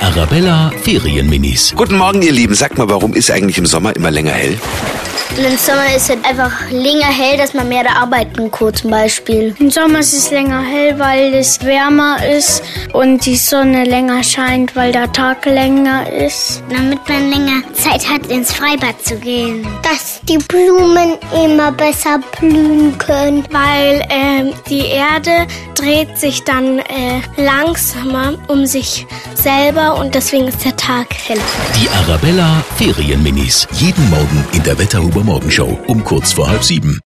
Arabella Ferienminis. Guten Morgen, ihr Lieben. Sagt mal, warum ist eigentlich im Sommer immer länger hell? Im Sommer ist es einfach länger hell, dass man mehr da arbeiten kann zum Beispiel. Im Sommer ist es länger hell, weil es wärmer ist und die Sonne länger scheint, weil der Tag länger ist. Damit man länger Zeit hat, ins Freibad zu gehen. Dass die Blumen immer besser blühen können. Weil ähm, die Erde dreht sich dann äh, langsamer um sich selber und deswegen ist der Tag hell. Die Arabella Ferienminis. Jeden Morgen in der Wetterhuber Morgenshow um kurz vor halb sieben.